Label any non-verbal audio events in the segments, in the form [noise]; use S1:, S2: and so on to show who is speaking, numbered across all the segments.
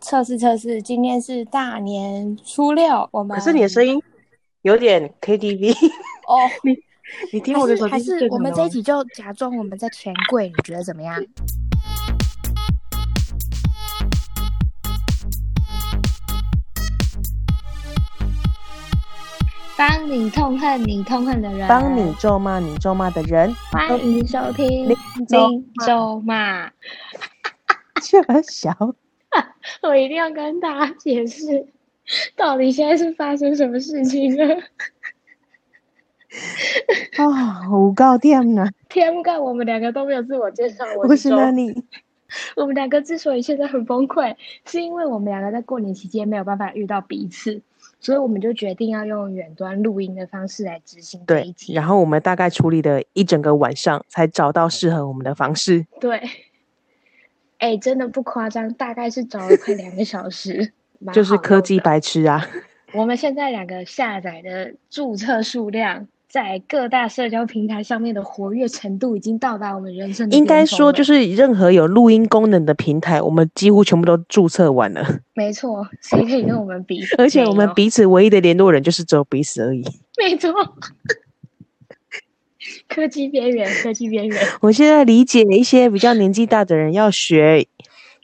S1: 测试测试，今天是大年初六，我们
S2: 可是你的声
S1: 嗯
S2: 音有点 KTV，
S1: 哦，
S2: [laughs] 你听我的手
S1: 还
S2: 机
S1: 是还是
S2: 正
S1: 我们
S2: 常
S1: 这
S2: 的哦
S1: 一
S2: 吗
S1: 集就假装我们在钱柜，你觉得怎么样？
S3: 帮你痛恨你痛恨的人，
S2: 帮你咒骂你咒骂的人，
S3: 欢迎收听
S2: 林
S3: 林咒骂。
S2: 这么小，
S3: [laughs] 我一定要跟大家解释，到底现在是发生什么事情了？
S2: 啊，五告店呢？
S3: 天干，我们两个都没有自我介绍，我
S2: 不是
S3: 周
S2: 那里，
S3: 我们两个之所以现在很崩溃，是因为我们两个在过年期间没有办法遇到彼此，所以我们就决定要用远端录音的方式来执行这一
S2: 对，
S3: 集。
S2: 然后我们大概处理了一整个晚上，才找到适合我们的方式。，
S3: 对，哎、真的不夸张，大概是找了快两个小时
S2: 就是科技
S3: 版。
S2: 白痴啊！
S3: 我们现在两个下载的注册数量，在各大社交平台上面的活跃程度，已经到达我们人生的
S2: 应该
S3: 巅峰
S2: 说，
S3: 了
S2: 就是任何有录音功能的平台，我们几乎全部都注册完了，
S3: 没错，谁可以跟我们比
S2: [laughs] ？而且我
S3: 没
S2: 们
S3: 有，
S2: 彼此唯一的联络人就是只有彼此而已。
S3: 没错， [laughs] 科技边缘，科技边缘，
S2: 我现在理解一些比较年纪大的人要学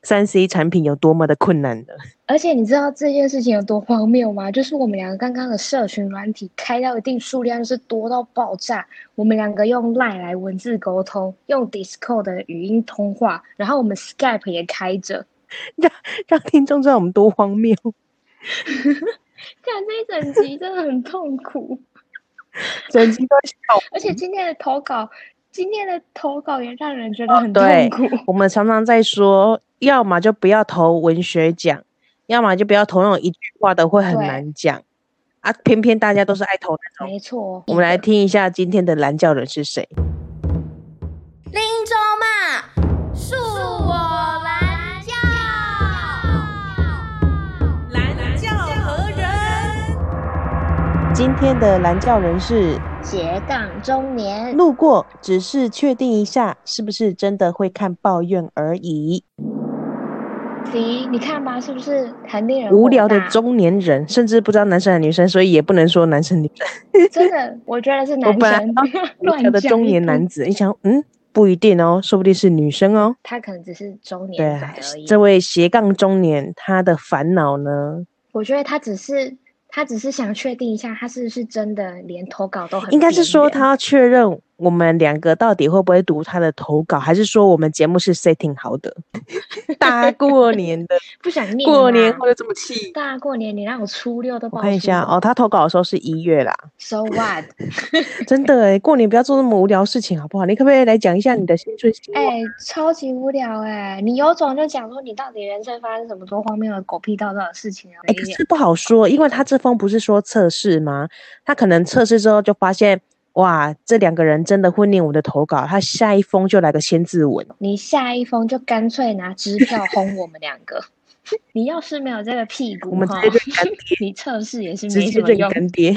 S2: 三 C 产品有多么的 [laughs] 困难了。
S3: 而且你知道这件事情有多荒谬吗？就是我们两个刚刚的社群软体开到一定数量是多到爆炸，我们两个用 LINE 来文字沟通，用 Discord 的语音通话，然后我们 Skype 也开着。
S2: 让听众知道我们多荒谬。
S3: 看这一整集真的很痛苦，
S2: 整集都在笑。
S3: 而且今天的投稿，今天的投稿也让人觉得很
S2: 哦对
S3: 痛苦。
S2: 我们常常在说，要么就不要投文学奖，要么就不要投那种一句话的会很
S3: 对
S2: 难讲啊。偏偏大家都是爱投那种。
S3: 没错，
S2: 我们来听一下今天的蓝教人是谁。
S4: 林州骂，恕我蓝教。蓝教何人？
S2: 今天的蓝教人是
S3: 斜杠中年，
S2: 路过，只是确定一下是不是真的会看抱怨而已。
S3: 迪，你看吧，是不是很令人
S2: 无聊的
S3: 火大
S2: 中年人，甚至不知道男生还是女生，所以也不能说男生女生。
S3: 真的，我觉得是男
S2: [laughs] 我本来
S3: 生
S2: 无
S3: [laughs] 乱
S2: 聊
S3: 讲
S2: 的中年男
S3: 一通，
S2: 子，你想，嗯，不一定哦，说不定是女生哦。
S3: 他可能只是中
S2: 对
S3: 年仔
S2: 啊
S3: 而已。
S2: 这位斜杠中年，他的烦恼呢，
S3: 我觉得他只是。他只是想确定一下，他是不是真的连投稿都很
S2: 应该是说
S3: 边
S2: 他要确认我们两个到底会不会读他的投稿，还是说我们节目是 setting 好
S3: [laughs]
S2: 的？大过年的，
S3: 缘不想念
S2: 过年
S3: 嘛
S2: 后就这么气。
S3: 大过年你让我初六都
S2: 我
S3: 爆
S2: 看一
S3: 出
S2: 下
S3: 了
S2: 哦，他投稿的时候是一月啦，
S3: ，so
S2: [laughs]
S3: what？
S2: 真的哎，过年不要做那么无聊的事情好不好？你可不可以来讲一下你的新春新望？
S3: 哎、超级无聊哎、你有种就讲说你到底人生发生什么多荒谬的狗屁倒灶的事情啊！
S2: 哎、可是不好说，因为他这封不是说测试吗？他可能测试之后就发现，哇，这两个人真的会念我的投稿，他下一封就来个千字文。
S3: 你下一封就干脆拿支票轰我们两个。 [laughs] 你要是没有这个屁股
S2: 我们
S3: 哈
S2: 直接
S3: [laughs]
S2: 就干
S3: 你测试也是
S2: 直
S3: 没
S2: 接
S3: 什么
S2: 认
S3: 用。[laughs]
S2: 干爹，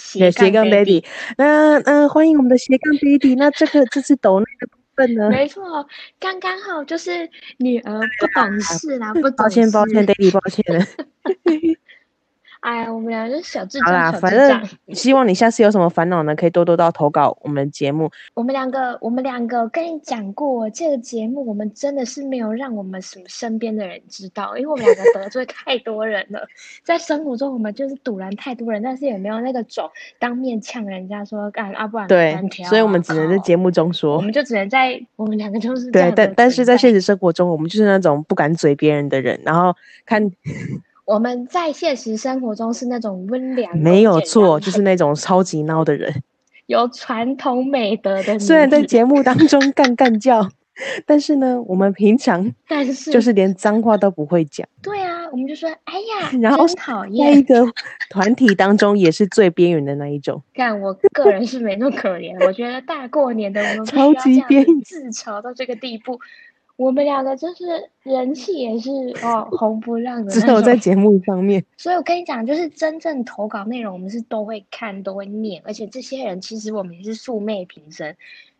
S3: 斜
S2: 对斜杠
S3: baby
S2: daddy。那嗯、呃欢迎我们的斜杠 daddy。那这个这次抖内的部分呢？
S3: 没错，刚刚好就是女儿不懂事啦，不懂事。
S2: 抱歉，抱歉，daddy，抱歉
S3: [laughs]
S2: 了。
S3: 哎呀，我们俩就是小智
S2: 好
S3: 障，
S2: 啦，
S3: 小
S2: 反
S3: 智障。
S2: 正希望你下次有什么烦恼呢，可以多多到投稿我们节目。
S3: 我们两个，我们两个，我跟你讲过，这个节目我们真的是没有让我们什么身边的人知道，因为我们两个得罪太多人了。在生活中，我们就是堵拦太多人，但是也没有那个种当面呛人家说干啊，不然
S2: 对
S3: 单，挑啊
S2: 所以我们只能在
S3: 靠
S2: 节目中
S3: 我
S2: 说。
S3: 们就只能在我们两个就是这
S2: 对
S3: 样，
S2: 但
S3: 的
S2: 但是
S3: 存
S2: 在
S3: 在
S2: 现实生活中，我们就是那种不敢嘴别人的人，然后看
S3: 我们在现实生活中是那种温良恭
S2: 没有
S3: 俭
S2: 错，
S3: 让
S2: 就是那种超级孬的人。
S3: 有传统美德的女子，
S2: 虽然在节目当中干干叫，但是呢，我们平常
S3: 但是
S2: 就是连脏话都不会讲。
S3: 对啊，我们就说哎呀，
S2: [laughs] 然后
S3: 真讨
S2: 在一
S3: 厌。
S2: 个团体当中，也是最边缘的那一种。
S3: 但我个人是没那么可怜，我觉得大过年的我们不需
S2: 超
S3: 要
S2: 级
S3: 这样
S2: 边缘
S3: 子自嘲到这个地步。我们两个就是人气也是哦，红不让的
S2: 只
S3: 那
S2: 有在
S3: 种。
S2: 节目上面，
S3: 所以我跟你讲，就是真正投稿内容，我们是都会看、都会念，而且这些人其实我们也是素昧平生。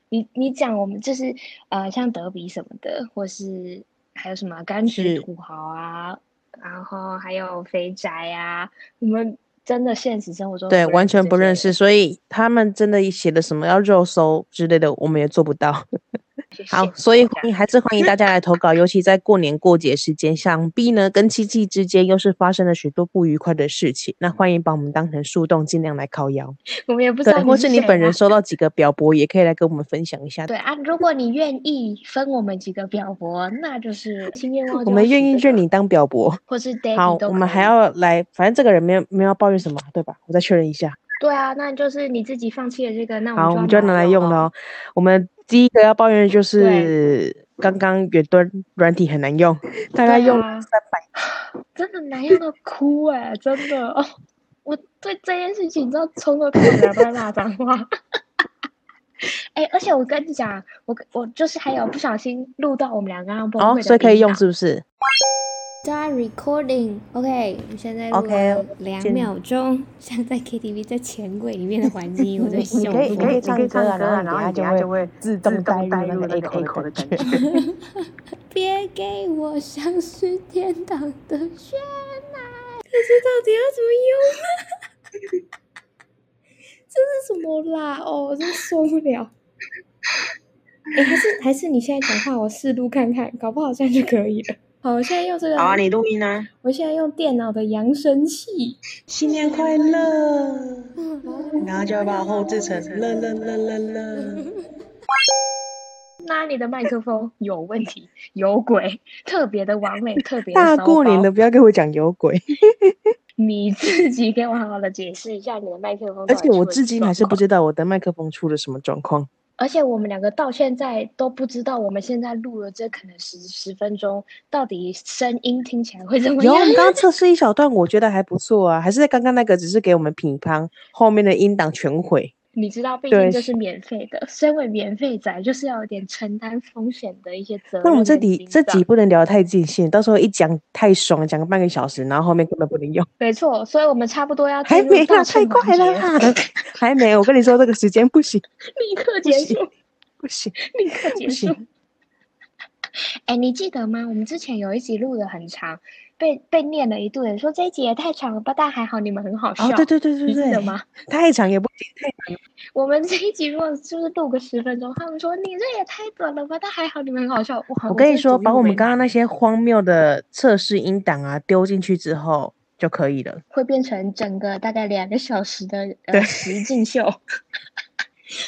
S3: 你你讲我们就是呃，像德比什么的，或是还有什么柑橘
S2: 是
S3: 土豪啊，后还有肥宅啊，我们真的现实生活中
S2: 对，
S3: 认识
S2: 完全
S3: 这
S2: 不
S3: 些
S2: 认
S3: 人
S2: 识，所以他们真的写的什么要肉搜之类的，我们也做不到。
S3: 去现
S2: 好，
S3: 实
S2: 所以
S3: 这
S2: 欢
S3: 样
S2: 迎还是欢迎大家来投稿，尤其在过年过节时间，想必呢跟亲戚之间又是发生了许多不愉快的事情，那欢迎把我们当成树洞，尽量来靠腰，
S3: 我们也不知
S2: 对
S3: 道，
S2: 或是你
S3: 谁
S2: 本
S3: 啊
S2: 人收到几个表博，也可以来跟我们分享一下。
S3: 对啊，如果你愿意分我们几个表博，那就是新愿望就
S2: 我
S3: 要
S2: 们
S3: 许
S2: 愿意
S3: 这
S2: 认
S3: 个
S2: 你，当表博。
S3: 或是 Daddy
S2: 好，
S3: 都
S2: 我们
S3: 可
S2: 还
S3: 以
S2: 要来，反正这个人没有没有要抱怨什么，对吧？我再确认一下。
S3: 对啊，那就是你自己放弃了这个，那
S2: 好，
S3: 我
S2: 我们
S3: 们
S2: 就
S3: 要
S2: 拿来
S3: 来
S2: 用
S3: 哦
S2: 了哦。我们第一个要抱怨的就是刚刚远端软体很难用，大概
S3: 对
S2: 用
S3: 啊
S2: 了三百
S3: 真的难用到哭哎、真的哦！我对这件事情，你知道，从头到尾都在骂脏话。 [laughs] 哎、而且我跟你讲，我我就是还有不小心录到我们两个让崩溃
S2: 哦，
S3: 的
S2: 所以可以
S3: 音
S2: 用
S3: 档
S2: 是不是？
S4: 加 recording，OK，、我现在录
S2: OK，
S4: 了两
S2: 见
S4: 秒钟，像在 KTV 在钱柜里面的环
S2: [laughs]
S4: 境音，我最
S2: 你
S4: 幸
S2: 可以，你可以
S4: 福。
S2: 唱歌啊，然后你等下就会自动带入那个 echo 的感觉。
S4: 别给我像是天堂的绚烂，可是到底要怎么用啊？这是什么啦？哦，我真受不了。哎、还是还是你现在讲话，我试录看看，搞不好这样就可以了。好，我现在用这个，
S5: 好啊，你录音啊！
S4: 我现在用电脑的扬声器。
S5: 新年快乐！然后就要把它后置成乐乐乐乐乐。
S3: 那你的麦克风有问题，有鬼，特别的完美，特别
S2: 大
S3: 骚
S2: 过年
S3: 包
S2: 的，不要跟我讲有鬼，
S3: 你自己给我好好的解释一下你的麦克风到
S2: 而
S3: 底出了什么
S2: 且
S3: 状况。
S2: 我至今还是不知道我的麦克风出了什么状况。
S3: 而且我们两个到现在都不知道，我们现在录了这可能十十分钟，到底声音听起来会怎么
S2: 有，
S3: 样 [laughs]
S2: 我？们刚刚测试一小段，我觉得还不错啊，还是刚刚那个只是给我们品乓，后面的音档全毁。
S3: 你知道，毕
S2: 对
S3: 竟这是免费的，身为免费仔，就是要有点承担风险的一些责任跟心脏。
S2: 那我们这里这集不能聊得太尽兴，到时候一讲太爽，讲个半个小时，然后后面根本不能用。
S3: 没错，所以我们差不多要进
S2: 还
S3: 入
S2: 没
S3: 道
S2: 啦，太
S3: 歉
S2: 快
S3: 环
S2: 了
S3: 节
S2: 啦， [laughs] 还没。我跟你说，这个时间不行，
S3: 立刻结束，
S2: 不行。
S3: 立刻结
S2: 不
S3: 束
S2: 行。
S3: 哎，你记得吗？我们之前有一集录的很长，被被念了一顿，说这一集也太长了吧？但还好你们很好笑，
S2: 哦，对对对对
S3: 你记
S2: 对
S3: 得，吗？
S2: 太长也不行，太
S3: 我们这一集如果就是录个十分钟，他们说你这也太短了吧？但还好你们很好笑。哇
S2: 我跟
S3: 真
S2: 你
S3: 的
S2: 说，
S3: 左右
S2: 把我
S3: 为
S2: 们刚
S3: 难
S2: 刚那些荒谬的测试音档啊丢进去之后就可以了。
S3: 会变成整个大概两个小时的呃
S2: 对
S3: 实境秀。 [laughs]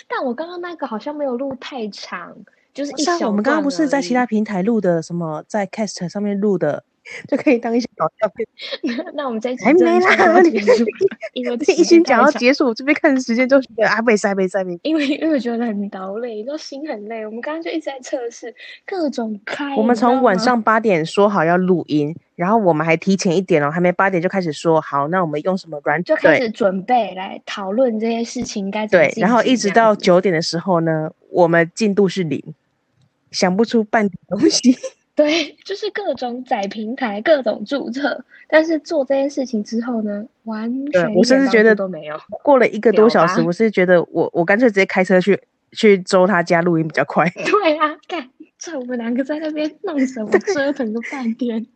S3: 但我刚刚那个好像没有录太长，就是
S2: 不
S3: 一
S2: 是啊
S3: 小，
S2: 我们刚刚
S3: 段
S2: 不是在
S3: 而
S2: 其他
S3: 已
S2: 平台录的，什么在 Cast 上面录的， [laughs] 就可以当一些搞笑片。
S3: [laughs] 那我们这一集
S2: 还
S3: 真
S2: 没
S3: 的
S2: 啦
S3: 差不多
S2: 你
S3: 结束了，因为
S2: [laughs] 你一
S3: 时间
S2: 心讲
S3: 太
S2: 要
S3: 长
S2: 结束，我这边看时间就觉得啊，被塞被塞被。
S3: 因为因为我觉得很劳累，你知道心很累。我们刚刚就一直在测试各种开，
S2: 我们
S3: 你知道
S2: 从晚
S3: 吗
S2: 上八点说好要录音，然后我们还提前一点哦，还没八点就开始说好，那我们用什么软
S3: 就开
S2: 对
S3: 始准备来讨论这些事情该怎么
S2: 对，
S3: 进
S2: 然后
S3: 行
S2: 一直
S3: 这样
S2: 到
S3: 子
S2: 九点的时候呢，我们进度是零，想不出半点东
S3: [laughs]
S2: 西。
S3: 对，就是各种载平台、各种注册，但是做这件事情之后呢，完
S2: 对
S3: 全
S2: 我
S3: 一
S2: 甚
S3: 点帮
S2: 至觉
S3: 助
S2: 得
S3: 都没有。 [laughs]
S2: 过了一个多小时，
S3: 屌吧
S2: 我是觉得我我干脆直接开车去去周他家录音比较快。
S3: 对啊，干，这我们两个在那边弄什么折腾个半天，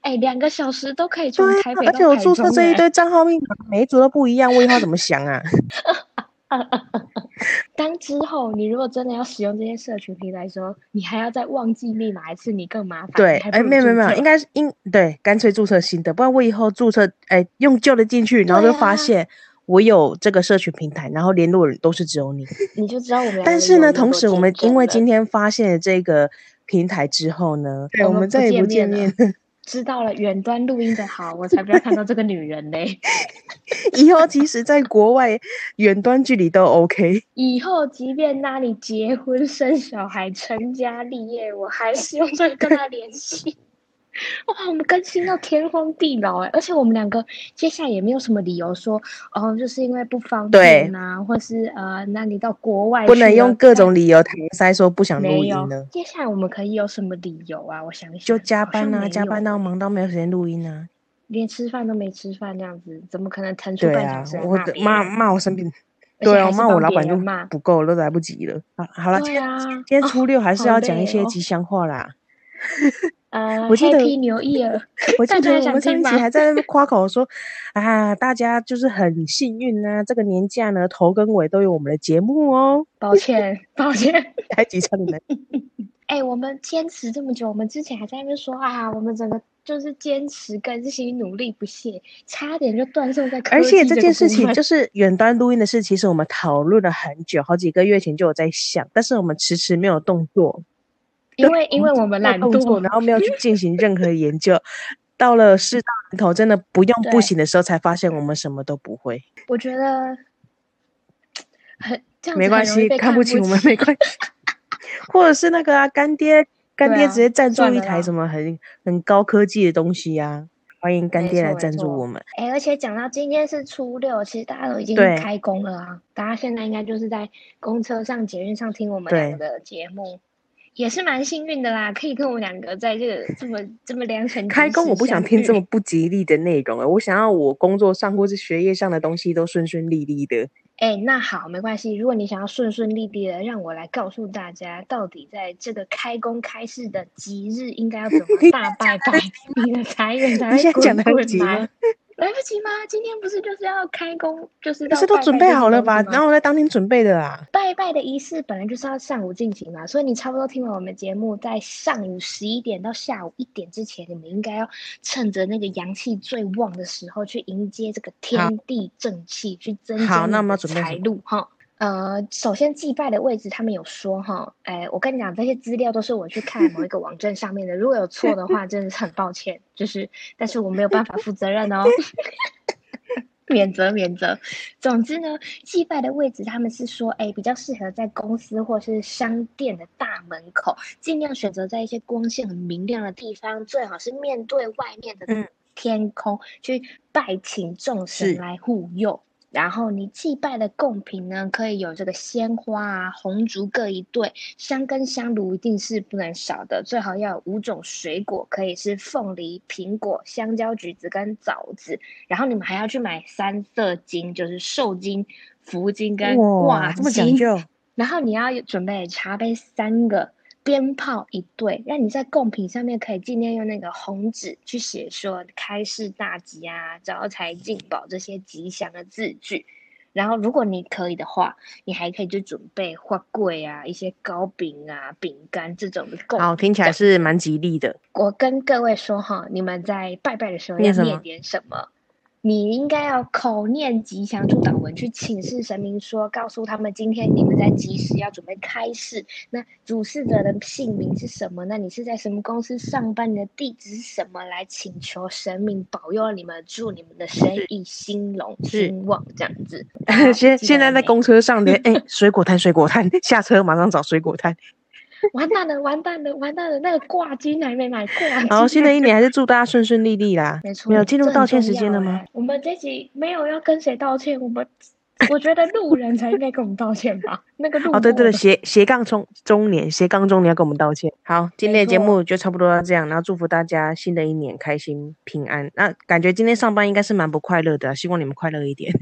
S3: 哎，两个小时都可以从
S2: 对
S3: 台
S2: 啊，
S3: 北
S2: 而
S3: 到
S2: 且我
S3: 台
S2: 注册
S3: 中
S2: 这一
S3: 哎
S2: 堆账号密码，每一组都不一样，我以后要怎么想啊？
S3: 当之后你如果真的要使用这些社群平台的时候，你还要再忘记密码一次，你更麻烦。
S2: 对，
S3: 还
S2: 哎，
S3: 不如
S2: 没有没有
S3: 注
S2: 没有，
S3: 册
S2: 应该是应对，干脆注册新的，不然我以后注册哎用旧的进去，然后
S3: 对
S2: 就发
S3: 啊
S2: 现我有这个社群平台，然后联络人都是只有你。
S3: 你就知道我们两个
S2: 但
S3: 啊人
S2: 是
S3: 有
S2: 呢，
S3: 没有
S2: 同
S3: 多
S2: 时我
S3: 天
S2: 们因
S3: 真
S2: 为
S3: 了
S2: 今天发现了这个平台之后呢，对，
S3: 我
S2: 我
S3: 们
S2: 们
S3: 不
S2: 再也
S3: 见
S2: 不见
S3: 面
S2: 面
S3: 了，知道了远端录音的好，我才不要看到这个女人嘞。
S2: [laughs] 以后即使在国外远端距离都 OK。
S3: 以后即便那里结婚生小孩、成家立业，我还是用这个跟他联系。哇，我们更新到天荒地老哎、而且我们两个接下来也没有什么理由说，哦，就是因为不方
S2: 对
S3: 便啊，或是呃，那你到国外
S2: 不能
S3: 去了
S2: 用各种理由搪塞说不想录
S3: 没
S2: 音
S3: 有
S2: 呢？。
S3: 接下来我们可以有什么理由啊？我想一想，
S2: 就加
S3: 好像
S2: 班啊，
S3: 没
S2: 加
S3: 有
S2: 班到忙到没有时间录音啊。
S3: 连吃饭都没吃饭这样子，怎么可能腾出
S2: 对
S3: 半小
S2: 啊
S3: 时来，
S2: 我
S3: 骂
S2: 的
S3: 别
S2: 骂
S3: 人
S2: 骂我身边，
S3: 而且
S2: 对啊，
S3: 还是
S2: 骂我
S3: 帮
S2: 老
S3: 别
S2: 板
S3: 人
S2: 就
S3: 骂
S2: 不够了，都啊来不及了。好，好了，今
S3: 对
S2: 天
S3: 啊，
S2: 今天
S3: 哦
S2: 初六还是
S3: 好
S2: 要讲
S3: 累 [laughs]
S2: 一些
S3: 哦
S2: 吉祥话啦。
S3: 呃
S2: 我记得
S3: ，Happy New Year，
S2: 我记
S3: 大家
S2: 得我
S3: 想
S2: 们上
S3: 听
S2: 一集
S3: 吗
S2: 还在
S3: [laughs]
S2: 那边夸口说，啊，大家就是很幸运啊，这个年假呢，头跟尾都有我们的节目哦。
S3: 抱
S2: [laughs]
S3: 歉，抱歉。
S2: 还几枪
S3: [laughs]
S2: 你们？
S3: 哎、我们坚持这么久，我们之前还在那边说啊，我们整个就是坚持更新、努力不懈，差点就断送在科
S2: 而且
S3: 技
S2: 这
S3: 个
S2: 件事
S3: 部
S2: 情
S3: 分
S2: 就是远端录音的事，其实我们讨论了很久，好几个月前就有在想，但是我们迟迟没有动作，
S3: 因为因为我们
S2: 没有
S3: 懒
S2: 动作，然
S3: 惰，
S2: 后没有去进行任何研究。到了适当年头，真的不用不
S3: [laughs] 对
S2: 行的时候，才发现我们什么都不会。
S3: 我觉得很这样
S2: 没
S3: 子
S2: 关
S3: 很容易
S2: 系，
S3: 被
S2: 看
S3: 不
S2: 不起我们没关系。
S3: [laughs]
S2: 或者是那个啊，干爹，干
S3: 对
S2: 爹
S3: 啊
S2: 直接赞助
S3: 算
S2: 一
S3: 了啦
S2: 台什么很很高科技的东西呀、欢迎干
S3: 没
S2: 爹来
S3: 错没
S2: 赞助
S3: 错
S2: 我们。
S3: 哎、而且讲到今天是初六，其实大家都已经
S2: 对
S3: 开工了啊，大家现在应该就是在公车上、捷运上听我们两个的节目，也是蛮幸运的啦，可以跟我们两个在这个这么这么良辰吉
S2: 开工
S3: 时
S2: 我不想
S3: 相
S2: 听这
S3: 遇 [laughs]
S2: 么不吉利的内容了，啊我想要我工作上或是学业上的东西都顺顺利利的。
S3: 哎、那好，没关系。如果你想要顺顺利利的，让我来告诉大家，到底在这个开工开市的吉日，应该要怎么
S2: [laughs]
S3: 大拜拜，你的财源才
S2: 你现
S3: 会
S2: 在讲
S3: 滚
S2: 得很
S3: 滚
S2: 急
S3: 来
S2: 吗？
S3: 来不及吗？今天不是就是要开工，就是
S2: 可
S3: 要
S2: 是都
S3: 拜
S2: 准
S3: 拜
S2: 备
S3: 这些
S2: 好了
S3: 东西
S2: 吧？
S3: 吗
S2: 然后我在当天准备的啊啦。
S3: 拜拜的仪式本来就是要上午进行嘛，所以你差不多听完我们节目，在上午十一点到下午一点之前，你们应该要趁着那个阳气最旺的时候去迎接这个天地正气，去增
S2: 好
S3: 加
S2: 那我
S3: 你
S2: 们
S3: 的
S2: 要准备什
S3: 财
S2: 么
S3: 路哈。呃，首先祭拜的位置他们有说哈，哎，我跟你讲，这些资料都是我去看某一个网站上面的，如果有错的话，真的是很抱歉，就是，但是我没有办法负责任哦。免责免责。总之呢，祭拜的位置他们是说，哎，比较适合在公司或是商店的大门口，尽量选择在一些光线很明亮的地方，最好是面对外面
S2: 嗯
S3: 的天空、去拜请众
S2: 是
S3: 神来护佑。然后你祭拜的贡品呢，可以有这个鲜花啊、红烛各一对，香跟香炉一定是不能少的，最好要有五种水果，可以是凤梨、苹果、香蕉、橘子跟枣子。然后你们还要去买三色金，就是寿金、福金跟
S2: 哇，
S3: 挂
S2: 这么讲
S3: 金。
S2: 究，
S3: 然后你要有准备茶杯三个，鞭炮一对，让你在贡品上面可以尽量用那个红纸去写说开市大吉啊、招财进宝这些吉祥的字句。然后，如果你可以的话，你还可以去准备花柜啊、一些糕饼啊、饼干这种的贡
S2: 好，
S3: 品。
S2: 听起来是蛮吉利的。
S3: 我跟各位说哈，你们在拜拜的时候要
S2: 念什么
S3: 念点什么？你应该要口念吉祥祝祷文，去请示神明说，告诉他们今天你们在吉时要准备开市。那主事者的姓名是什么？那你是在什么公司上班？你的地址是什么？来请求神明保佑你们，祝你们的生意兴隆
S2: 是
S3: 兴旺这样子。大家
S2: [laughs] 现
S3: 记得
S2: 现在
S3: 了
S2: 在
S3: 没
S2: 公车上连 [laughs] 哎、
S3: [laughs]
S2: 水果摊水果摊，下车马上找水果摊。
S3: 完蛋了，完蛋了，完蛋了！那个挂金还没买，挂金。
S2: 好，新的一年还是祝大家顺顺利利啦。
S3: [laughs] 没错，
S2: 没有进入
S3: 这很
S2: 道歉
S3: 重
S2: 时间
S3: 要
S2: 了吗
S3: 欸？我们这集没有要跟谁道歉，我们 [laughs] 我觉得路人才应该跟我们道歉吧。 [laughs] 那个路
S2: 哦，对
S3: 过
S2: 对对，
S3: 的
S2: 斜斜杠中中年，斜杠中年要跟我们道歉。好，今
S3: 没
S2: 天的节
S3: 错
S2: 目就差不多到这样，然后祝福大家新的一年开心平安。那、感觉今天上班应该是蛮不快乐的啊、希望你们快乐一点。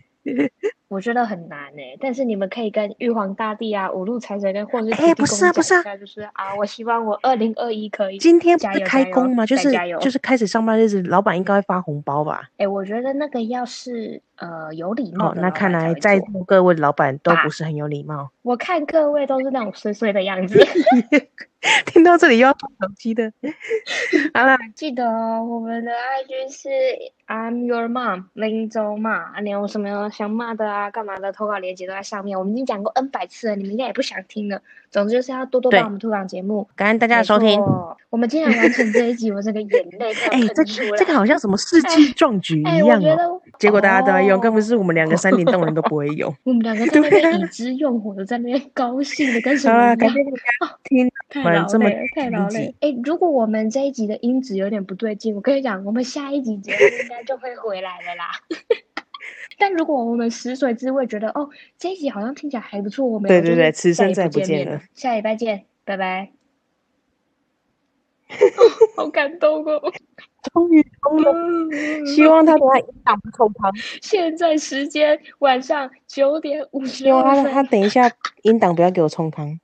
S3: 我觉得很难哎、但是你们可以跟玉皇大帝啊、五路财神跟或者是
S2: 哎
S3: 土地
S2: 不是
S3: 公
S2: 啊不
S3: 讲
S2: 是啊
S3: 一下，就是啊，我希望我二零二一可以
S2: [laughs] 今天不
S3: 加
S2: 是
S3: 油
S2: 开
S3: 加油
S2: 工吗？就
S3: 再
S2: 是
S3: 加油
S2: 就是开始上班日子，老板应该会发红包吧？
S3: 哎、我觉得那个要是呃有礼貌
S2: 哦，
S3: 的
S2: 那
S3: 老
S2: 看
S3: 板才
S2: 来
S3: 会
S2: 在
S3: 做。
S2: 座各位老板都
S3: 吧
S2: 不是很有礼貌。 [laughs]
S3: 我看各位都是那种衰衰的样子，
S2: 听到这里又要放手机的， [laughs] 好了，
S3: 记得哦，我们的 IG 是 I'm Your Mom 林州骂，啊，你有什么想骂的啊、干嘛的，投稿链接都在上面。我们已经讲过 N 百次了，你们应该也不想听了。总之就是要多多
S2: 对
S3: 帮我们推广节目。
S2: 感恩大
S3: 大
S2: 家的收听。
S3: 我们竟然完成这一集，我这个眼泪都要
S2: [laughs] 哎、这
S3: 喷出来。
S2: 这个好像什么世纪壮举
S3: 哎，
S2: 一
S3: 我
S2: 样
S3: 觉
S2: 哦。
S3: 得
S2: 结果大家都要用，
S3: 哦
S2: 更不是我们两个山顶洞人都不会用。
S3: 我们两个在那边
S2: 对啊
S3: 以知用火的，在那边高兴的跟什
S2: 好
S3: 么
S2: 啦，
S3: 一
S2: 感
S3: 样
S2: 谢。大家
S3: 哦
S2: 听
S3: 太
S2: 我们
S3: 劳
S2: 这么
S3: 累了，太
S2: 长一
S3: 劳
S2: 集
S3: 累了。哎，如果我们这一集的音质有点不对劲，我跟你讲，我们下一集节目应该就会回来了啦。 [laughs] 但如果我们食髓知味觉得哦，这一集好像听起来还不错，我们
S2: 对
S3: 也
S2: 对
S3: 就是
S2: 对此
S3: 下
S2: 生
S3: 一
S2: 再
S3: 步
S2: 不
S3: 见
S2: 见
S3: 面
S2: 了
S3: 了，下礼拜见，拜拜。哦 [laughs] 好感动 [laughs] 哦！
S2: 终于通
S3: 嗯
S2: 了，希望他等下营养不扣汤，
S3: 现在时间晚上九点五十
S2: 希望
S3: 二
S2: 他
S3: 分
S2: 他。等一下音档不要给我冲汤。